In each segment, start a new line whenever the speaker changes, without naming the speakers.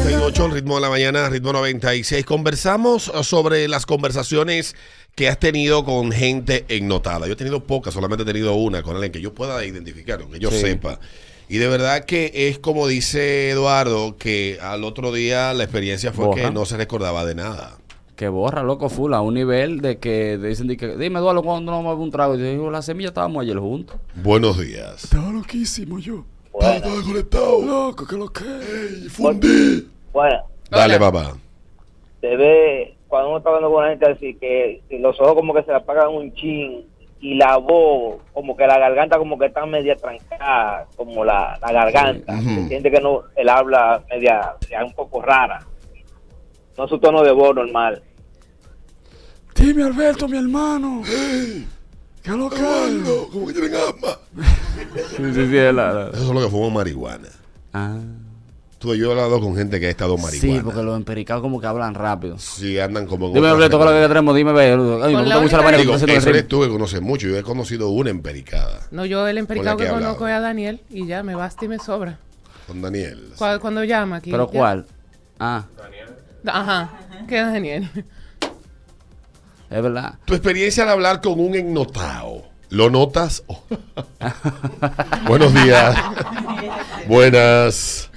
8, el ritmo de la mañana, ritmo 96. Conversamos uh, sobre las conversaciones que has tenido con gente ennotada. Yo he tenido pocas, solamente he tenido una con alguien que yo pueda identificar, que yo
Sí.
sepa. Y de verdad que es como dice Eduardo, que al otro día la experiencia fue
Boja.
que no se recordaba de nada.
Que borra, loco, full, a un nivel de que dicen, de que, dime, Eduardo, ¿cuándo nos vamos a beber un trago? Y yo digo, la semilla estábamos ayer juntos.
Buenos días.
Estaba loquísimo yo.
Bueno,
conectado.
Loco, que lo que.
Fundí.
bueno,
Dale, papá.
se ve cuando uno está hablando con la gente así que los ojos como que se le apagan un chin y la voz, como que la garganta como que está media trancada, como la, la garganta.
Sí. Ujú.
Se siente que no, el habla media, ya un poco rara. No es su tono de voz normal.
Dime, Alberto, mi hermano. Que lo que.
como que tienen asma.
Sí, sí, sí, la- la-
Eso es lo que fumo marihuana.
Ah.
Tú, yo he hablado con gente que ha estado marihuana.
Sí, porque los empericados como que hablan rápido.
Sí, andan como en
Dime,
otra
Alberto, ¿qué es lo
realidad.
que tenemos? Dime, ve. Ay, me
Con la
gusta mucho la
única-
manera que tú
Digo, eso
estás haciendo el
eres
ritmo.
tú que conoces mucho. Yo he conocido una empericada
No, yo el empericado
Con la
que,
que he
conozco es
hablado.
a Daniel y ya me basta y me sobra.
con Daniel.
Cu- Cuando llama aquí.
¿Pero
ya-
cuál? Ah,
Ajá, que es Daniel.
es verdad.
Tu experiencia al hablar con un ennotado. ¿Lo notas? Oh. Buenos días. buenas.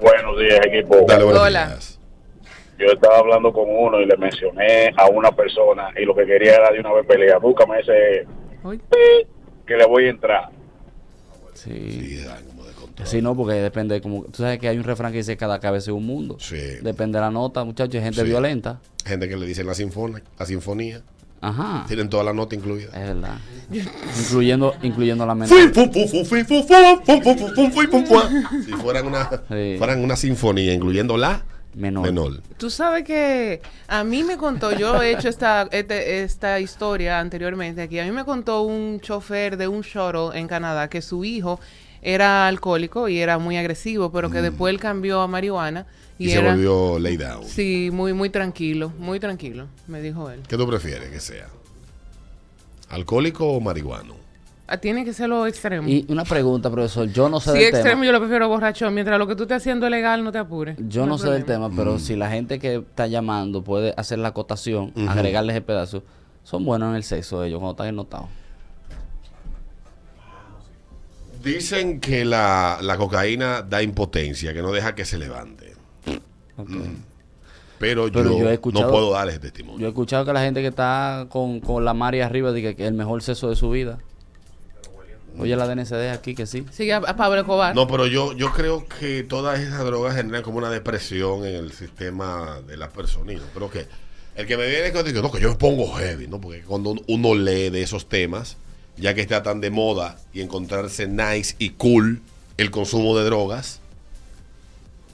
Buenos días, equipo.
Dale, buenos
Hola.
días.
Yo estaba hablando con uno y le mencioné a una persona y lo que quería era de una vez pelear. Búscame ese
Uy,
que le voy a entrar.
Sí.
Sí, dan como de control.
Sí, no, porque depende, como tú sabes que hay un refrán que dice cada cabeza es un mundo.
Sí.
Depende de la nota, muchachos, hay gente
Sí.
violenta.
Gente que le dicen la sinfonía. La sinfonía.
Ajá.
Tienen toda la nota incluida.
Es verdad. incluyendo, incluyendo la mente.
Fui, fu, fu, fu, fui, fu, fu, fu, fu, fu, fu, fui, fu, fua. Si fueran una,
Sí.
fueran una sinfonía, incluyendo la
Menor.
menor.
Tú sabes que a mí me contó, yo he hecho esta, este- esta historia anteriormente aquí, a mí me contó un chofer de un shuttle en Canadá que su hijo era alcohólico y era muy agresivo, pero que después él cambió a marihuana y,
Mm. Y, se
era
volvió lay down.
sí, muy muy tranquilo, muy tranquilo, me dijo él.
¿Qué tú prefieres que sea? ¿Alcohólico o marihuano?
Ah, tiene que ser lo extremo.
Y una pregunta, profesor. Yo no sé
Si
del
es extremo,
tema.
yo lo prefiero borracho. Mientras lo que tú estés haciendo es legal, no te apures.
Yo no, sé del tema, pero
Mm.
si la gente que está llamando puede hacer la acotación, agregarles el pedazo, son buenos en el sexo ellos cuando están ennotados.
Dicen que la, la cocaína da impotencia, que no deja que se levante. Mm.
Ok.
Pero,
Pero
yo,
yo he escuchado-
no puedo dar ese
Yo
testimonio.
he escuchado que la gente que está con, con la Mari arriba dice que es el mejor sexo de su vida. Oye, la DNCD aquí que sí.
Sigue a, a Pablo Escobar.
No, pero yo, yo creo que todas esas drogas generan como una depresión en el sistema de las personas. Y yo creo que el que me viene con digo, no, que yo me pongo heavy, ¿no? Porque cuando uno lee de esos temas, ya que está tan de moda y encontrarse nice y cool el consumo de drogas,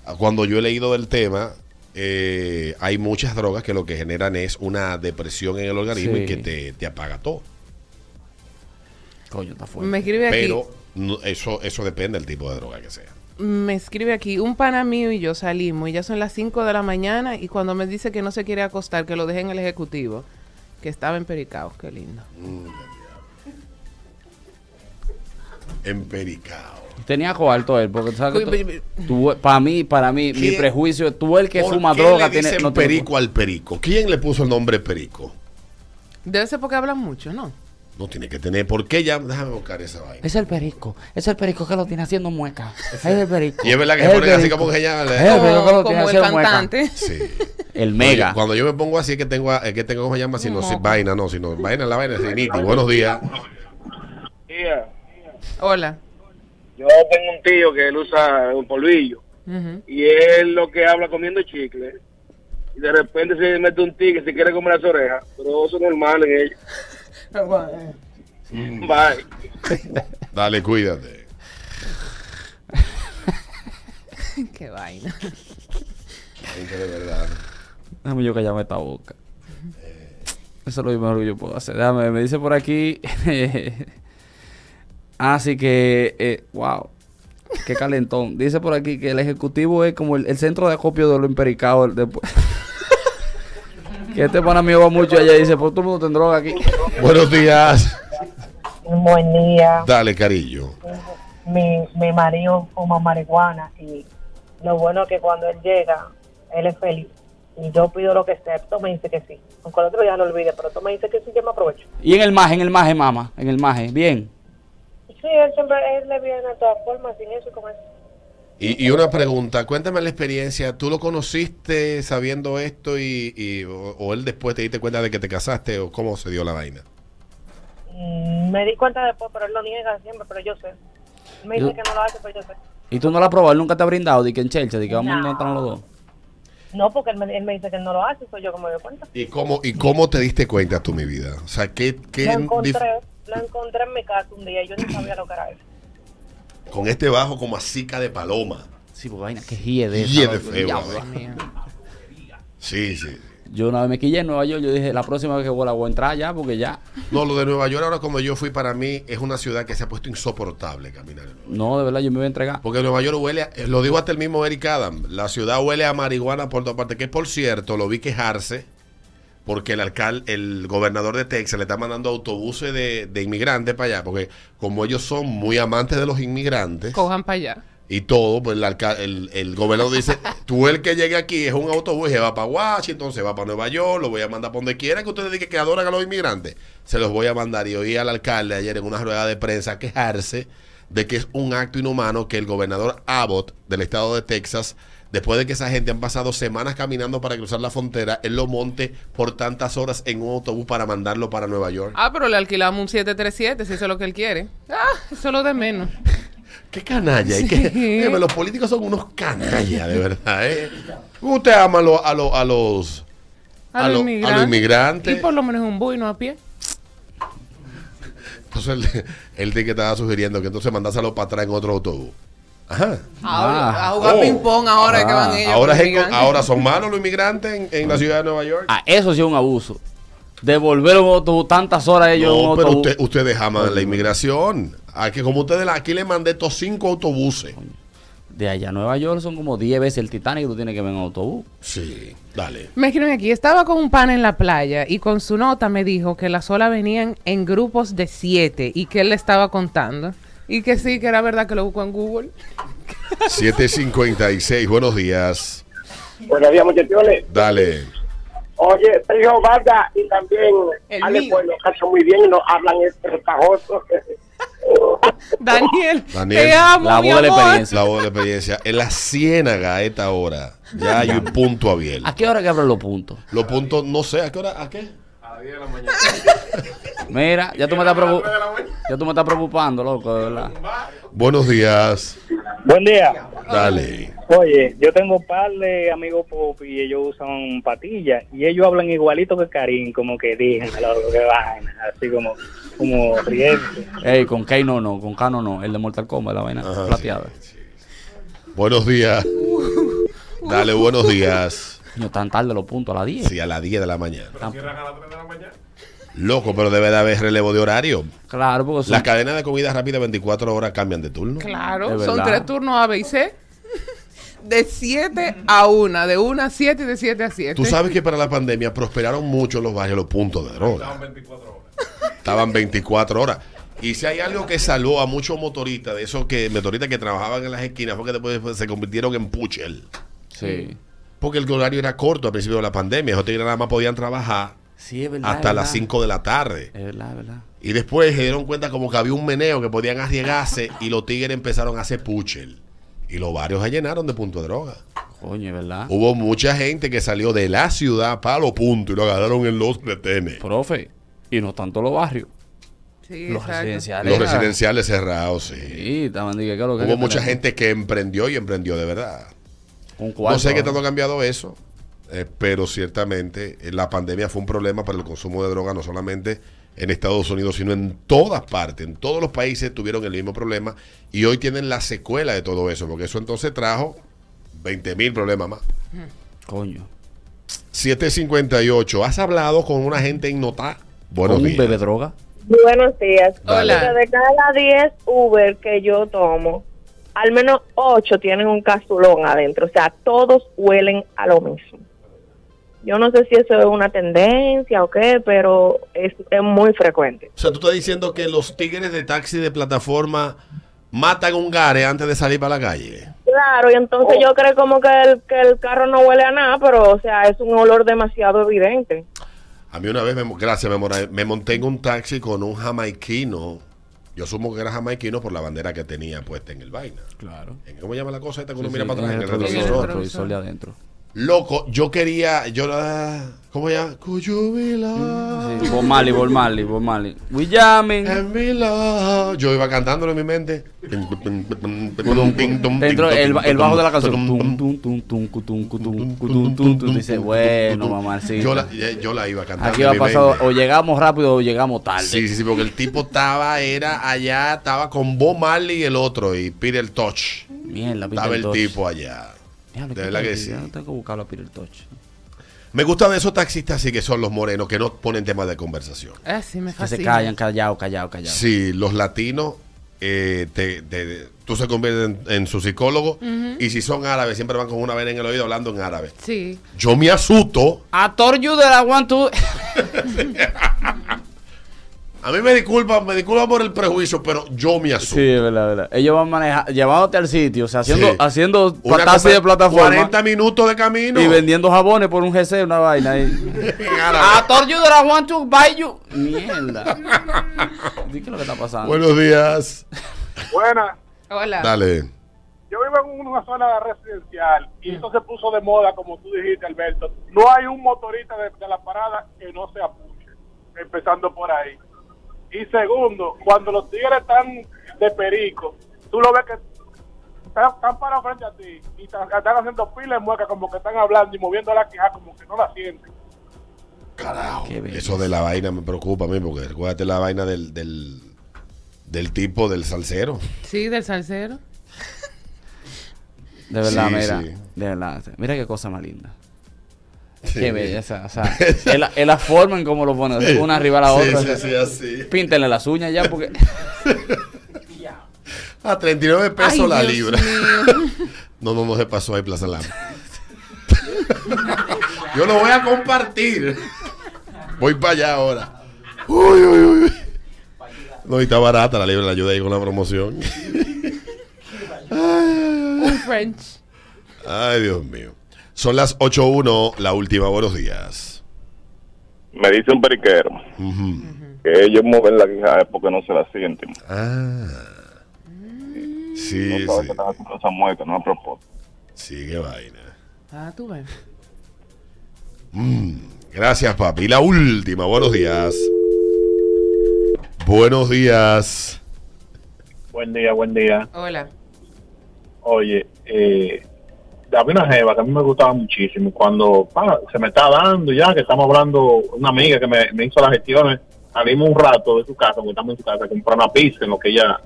ah, cuando yo he leído del tema, eh, hay muchas drogas que lo que generan es una depresión en el organismo y
Sí.
que te, te apaga todo.
Coño, está fuerte.
me escribe aquí.
pues, Pero no- eso, eso depende del tipo de droga que sea.
Me escribe aquí. Un pana mío y yo salimos. Y ya son las 5 de la mañana. Y cuando me dice que no se quiere acostar, que lo deje en el ejecutivo. Que estaba en Pericao. Qué lindo.
Empericado.
Tenía cuarto él, porque tú sabes
Uy,
que para mí, para mí, mi
¿Quién-
prejuicio, tú el que
¿Por
fuma
qué
droga
le dicen
tiene, no tiene-
perico al perico. ¿Quién le puso el nombre perico?
Debe ser porque hablan mucho, ¿no?
Eh,
No tiene que tener. ¿Por qué ya? Déjame buscar esa vaina.
Es el perico, es el perico que lo tiene haciendo mueca. Es el perico.
Y es verdad que
es
se
el
ponen así
perico.
como que ya. le-
Eh, pero yo creo que
Como, como el
hacían mueca.
cantante.
Sí.
El mega.
Cuando yo me pongo así es que tengo, es que tengo ¿cómo se llama? Si no, si- vaina, no, sino vaina, la vaina, rinitis. Buenos días.
Hola.
Yo tengo un tío que él usa un polvillo
Ujú.
y él lo que habla comiendo chicle y de repente se mete un tigre y se quiere comer las orejas, pero eso es normal en ellos.
eh.
Bye.
Dale, cuídate.
Qué vaina.
Gente de verdad.
Déjame yo callarme esta boca. Eso es lo mejor que yo puedo hacer. Déjame, me dice por aquí. así que, eh, wow. Qué calentón. Dice por aquí que el ejecutivo es como el, el centro de acopio de los empericados. de- que este pana mío va mucho allá y dice, pues todo el mundo tiene droga aquí.
Buenos días.
Buen día.
Dale, cariño.
Mi, mi marido fuma marihuana y lo bueno es que cuando él llega, él es feliz. Y yo pido lo que sea, tú me dice que sí. Aunque el otro día lo olvide, pero tú me dices que sí, yo me aprovecho.
Y en el maje, en el maje, mamá. En el maje. Bien.
Sí, él siempre, él le viene de todas formas, sin eso y con eso.
Y, y una pregunta, cuéntame la experiencia. ¿Tú lo conociste sabiendo esto y, y- o, o él después te diste cuenta de que te casaste o cómo se dio la vaina?
Mm, Me di cuenta después, pero él lo niega siempre, pero yo sé. Él me dice
Yo-
que no lo hace, pero yo sé.
Y tú no la has probado, él nunca te ha brindado. Di que en Chelsea, di que vamos
No.
a entrar los dos.
No, porque él me, él me dice que él no lo hace, soy yo que me doy cuenta.
¿Y cómo, y cómo te diste cuenta tú, mi vida? O sea, ¿qué, qué
Lo
dif-
encontré, lo encontré en mi casa un día y yo no sabía lo que era eso.
con este bajo como acica de paloma?
Sí, pues vaina que gie de
Gie
esa,
de
loco.
feo,
Diablo.
güey. Sí, sí.
Yo una vez me quillé en Nueva York, yo dije, la próxima vez que vuela voy a entrar ya, porque ya.
No, lo de Nueva York ahora como yo fui para mí es una ciudad que se ha puesto insoportable caminar. en Nueva York.
No, de verdad, yo me voy a entregar.
Porque Nueva York huele, a- eh, lo dijo hasta el mismo Eric Adam, la ciudad huele a marihuana por todas partes, que por cierto lo vi quejarse porque el alcalde, el gobernador de Texas le está mandando autobuses de, de inmigrantes para allá, porque como ellos son muy amantes de los inmigrantes
Cojan para allá.
y todo, pues el, alca- el, el gobernador dice, tú el que llegue aquí es un autobús que va para Washington, se va para Nueva York, lo voy a mandar para donde quiera que ustedes digan que adoran a los inmigrantes, se los voy a mandar. Y oí al alcalde ayer en una rueda de prensa quejarse de que es un acto inhumano que el gobernador Abbott del estado de Texas, después de que esa gente han pasado semanas caminando para cruzar la frontera, él lo monte por tantas horas en un autobús para mandarlo para Nueva York.
Ah, pero le alquilamos un 737, si eso es lo que él quiere. Ah, eso es lo de menos.
Qué canalla. y qué-
Sí.
Óyeme, los políticos son unos canallas, de verdad. ¿eh? Usted ama a, lo- a, lo- a los. A lo- a los inmigrantes.
Y por lo menos un bui, no a pie.
Entonces, el, el ticket estaba sugiriendo que entonces mandáselo para atrás en otro autobús. Ajá.
Ahora,
Ah.
a jugar
Oh.
ping-pong ahora que
Ah.
van ellos.
Ahora,
los
es en-
inmigrantes.
ahora son malos los inmigrantes en, en la ciudad de Nueva York.
Ah, eso sí es un abuso. Devolver un autobús, tantas horas ellos en
no,
un
pero
autobús.
usted, ustedes aman la inmigración. Aquí, como ustedes, la- aquí le mandé estos cinco autobuses.
De allá a Nueva York son como 10 veces el Titanic que tú tienes que ver en autobús.
Sí, dale.
Me escriben aquí, estaba con un pan en la playa y con su nota me dijo que las olas venían en grupos de siete y que él le estaba contando. Y que sí, que era verdad que lo buscó en Google.
756, buenos días.
Buenos días, muchachones.
Dale.
Oye, Sergio Vargas y también
El
Ale
mío.
Pueblo, que son muy bien y nos hablan espajoso.
Daniel,
Daniel,
te amo,
la
mi
voz de la
amor.
experiencia.
La voz de la experiencia. En la ciénaga a esta hora. Ya hay un punto abierto.
¿A qué hora que abren los puntos?
Los puntos, no sé, ¿a qué hora? ¿A qué?
Mira, ya tú me estás, preocup- ya tú me estás preocupando, loco, de verdad.
Buenos días.
Buen día.
Dale.
Oye, yo tengo un par de amigos pop y ellos usan patillas y ellos hablan igualito que Karim, como que dijen, lo que vaina, así como, como riéndose.
Ey, con K no, no, con K no, no. El de Mortal Kombat, la vaina
Ajá,
plateada.
Buenos días. Dale, buenos días.
Coño, tan tarde los puntos, a las 10.
Sí, a las 10 de la mañana. Loco, pero debe de haber relevo de horario.
Claro, porque son-
Las cadenas de comida rápida 24 horas cambian de turno.
Claro,
Es
son
verdad.
tres turnos A, B y C. De 7 a 1, de 1 a 7 y de 7 a 7.
Este
Tú sabes que para la pandemia prosperaron mucho en los barrios los puntos de droga. Estaban 24 horas. Estaban 24 horas. Y si hay algo que salvó a muchos motoristas, de esos que motoristas que trabajaban en las esquinas, porque después se convirtieron en puchel.
Sí.
Porque el horario era corto al principio de la pandemia. Esos tigres nada más podían trabajar
Sí, es verdad.
hasta
es
las
verdad.
5 de la tarde.
Es verdad, es verdad.
Y después se dieron cuenta como que había un meneo que podían arriesgarse y los tigres empezaron a hacer puchel. Y los barrios se llenaron de punto de droga.
Coño, es verdad.
Hubo mucha gente que salió de la ciudad para los puntos y lo agarraron en los retenes.
Profe, y no tanto los barrios.
Sí,
Los
exacto.
residenciales.
Los residenciales cerrados, sí.
Sí, estaban, dije, ¿qué es lo que
Hubo
hay que
mucha
tener?
gente que emprendió y emprendió de verdad.
Un cuarto.
no sé qué
ahora.
tanto ha cambiado eso, eh, pero ciertamente eh, la pandemia fue un problema para el consumo de droga, no solamente en Estados Unidos, sino en todas partes. En todos los países tuvieron el mismo problema y hoy tienen la secuela de todo eso, porque eso entonces trajo 20 mil problemas más.
Coño.
758. ¿Has hablado con una gente en Notá? Buenos
Con un
días.
bebe droga.
Buenos días.
Hola.
Mira, De cada 10 Uber que yo tomo, al menos 8 tienen un casulón adentro. O sea, todos huelen a lo mismo. Yo no sé si eso es una tendencia o qué, pero es, es muy frecuente.
O sea, tú estás diciendo que los tigres de taxi de plataforma matan un gare antes de salir para la calle.
Yo Claro, y entonces yo creo como que el, que el carro no huele a nada, pero o sea, es un olor demasiado evidente.
A mí una vez, me, gracias, me, mora- me monté en un taxi con un jamaiquino. Yo asumo que era jamaiquino por la bandera que tenía puesta en el vaina.
Claro.
¿En ¿Cómo llama la cosa esta que uno
Sí,
mira
sí,
para atrás?
en el
retrovisor.
retrovisor, retrovisor de adentro.
Loco, yo quería. Yo la. ¿Cómo ya? Could you be loved?
Sí, Bob Marley, Bob Marley, Bob Marley. We jamming.
and be loved? Yo iba cantándolo en mi mente.
Dentro el, el bajo de la canción. Tum, tum, tum, tum, cu, tum, cu, tum, cu, tum, tum, tum. Dice, bueno,
Yo la,
mamacita.
yo la iba cantando.
Aquí
en
va a
mi
pasar,
mente.
o llegamos rápido o llegamos
Sí,
tarde.
sí, sí, porque el tipo estaba, era allá, estaba con Bo Marley y el otro, y Peter Touch.
Mierda, Peter
Estaba el
Tosh.
tipo allá.
Mira, lo
De verdad que sí.
yo tengo que buscarlo a Peter Tosh.
Me gustan de esos taxistas así que son los morenos, que no ponen temas de conversación.
Ah, sí,
Que
me
se
fascina.
callan, callado, callado, callado.
Sí, los latinos, eh, te- te- tú se conviertes en, en su psicólogo, y si son árabes, siempre van con una vena en el oído hablando en árabe.
Sí.
Yo me asusto.
A Tor you that I want to.
A mí me disculpan, me disculpan por el prejuicio, pero yo me asusto.
Sí, es verdad, es verdad. Ellos van manejando, llevándote al sitio, o sea, haciendo,
Sí.
haciendo
Una cosa-
patarse de plataforma
40 minutos de camino.
y vendiendo jabones por un GC, una vaina ahí.
en
A
árabe.
Tor you that I want to buy you. Mierda. Di que lo que está pasando.
Buenos días.
Buena.
Ah.
Hola.
Dale.
Yo vivo en una zona residencial y eso se puso de moda, como tú dijiste, Alberto. No hay un motorista de, de la parada que no se apuche, empezando por ahí. Y segundo, cuando los tigres están de perico, tú lo ves que están, están para frente a ti y están, están haciendo pilas de muecas, como que están hablando y moviendo la queja, como que no la sienten.
Carajo.
Qué belleza.
Eso de la vaina me preocupa a mí, porque recuérdate la vaina del, del, del tipo, del salsero.
Sí, del salsero.
De verdad,
Sí,
mira.
sí.
De verdad. Mira qué cosa más linda.
Sí.
Qué belleza. O sea, es la, es la forma en cómo lo ponen una arriba a la
Sí,
otra.
sí, sí, así.
Píntenle las uñas ya porque.
A 39 pesos
Ay,
la
Dios
libra.
mío.
No, no, no se pasó ahí Plaza Lama. Yo lo voy a compartir. Voy para allá ahora. Uy, uy, uy. No, y está barata la libra, la ayuda ahí con la promoción.
Un French.
Ay, Dios mío. Son las 8.1, la última. Buenos días.
Me dice un periquero
Ujú.
que ellos mueven la quijada es porque no se la sienten.
Ah. Sí,
no saben
sí.
que están haciendo esa mueca, no a propósito.
Sí, qué vaina.
Ah, tú ves.
Mm, gracias, papi. Y la última, buenos días. Buenos días.
Buen día, buen día.
Hola.
Oye, eh, había una jeva que a mí me gustaba muchísimo. Cuando pa, se me está dando ya, que estamos hablando, una amiga que me, me hizo las gestiones, salimos un rato de su casa, porque estamos en su casa, a comprar una pizza en lo que ella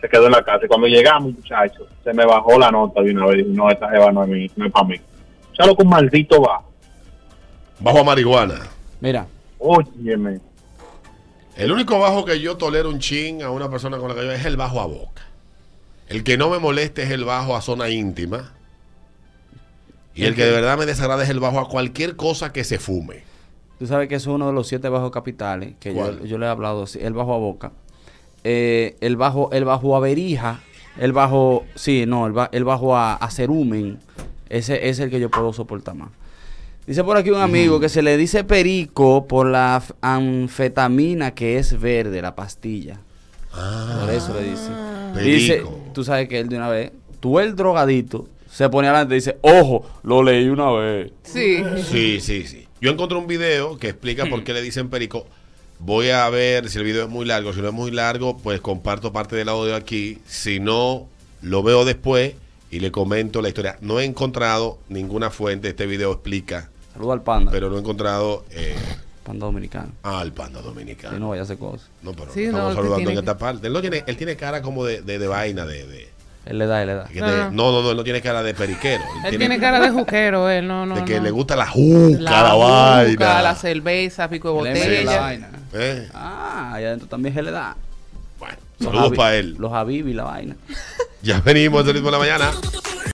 se quedó en la casa. Y cuando llegamos, muchachos, se me bajó la nota de una vez. Dije, No, esta jeva no es, mi- no es para mí. Chalo con maldito va.
Bajo a marihuana.
Mira,
Óyeme.
El único bajo que yo tolero un chin a una persona con la que yo es el bajo a boca. El que no me moleste es el bajo a zona íntima. Y el que de verdad me desagrada es el bajo a cualquier cosa que se fume.
tú sabes que eso es uno de los siete bajos capitales que yo,
¿Cuál?
yo le he hablado. sí, El bajo a boca. Eh, el bajo, el bajo a verija. El bajo, sí, no, el, ba- el bajo a, a cerumen. Ese ese es el que yo puedo soportar más. Dice por aquí un amigo que se le dice perico por la af- anfetamina que es verde, la pastilla.
Ah,
Por eso le dice. Ah. Dice,
perico.
tú sabes que él de una vez, tú el drogadito, se pone adelante y dice, ojo, lo leí una vez.
Sí.
Sí, sí, sí. Yo encontré un video que explica por qué le dicen perico. Voy a ver si el video es muy largo. Si no es muy largo, pues comparto parte del audio aquí. Si no, lo veo después y le comento la historia. No he encontrado ninguna fuente. Este video explica,
Saludo al panda,
pero no he encontrado eh,
panda dominicano.
al panda
Que
dominicano.
no vaya a hacer cosas.
No, pero
Sí,
estamos
no, que
saludando
tiene
en
que-
esta parte. Él, no tiene, él tiene cara como de, de- de vaina, de... de-
Él le da, él le da.
que
No,
de-
no.
no, no, no, él no tiene cara de periquero. Él
Ah. Él tiene cara de juquero, él no, no.
de que
no.
le gusta la juca, la,
juca,
vaina.
La cerveza, pico de
Él le mete la
botella.
vaina.
Eh,
Ah, allá adentro también se le da.
Bueno,
Los
saludos
Habi-
para él.
Los Habib y la vaina.
Ya venimos del ritmo de la mañana.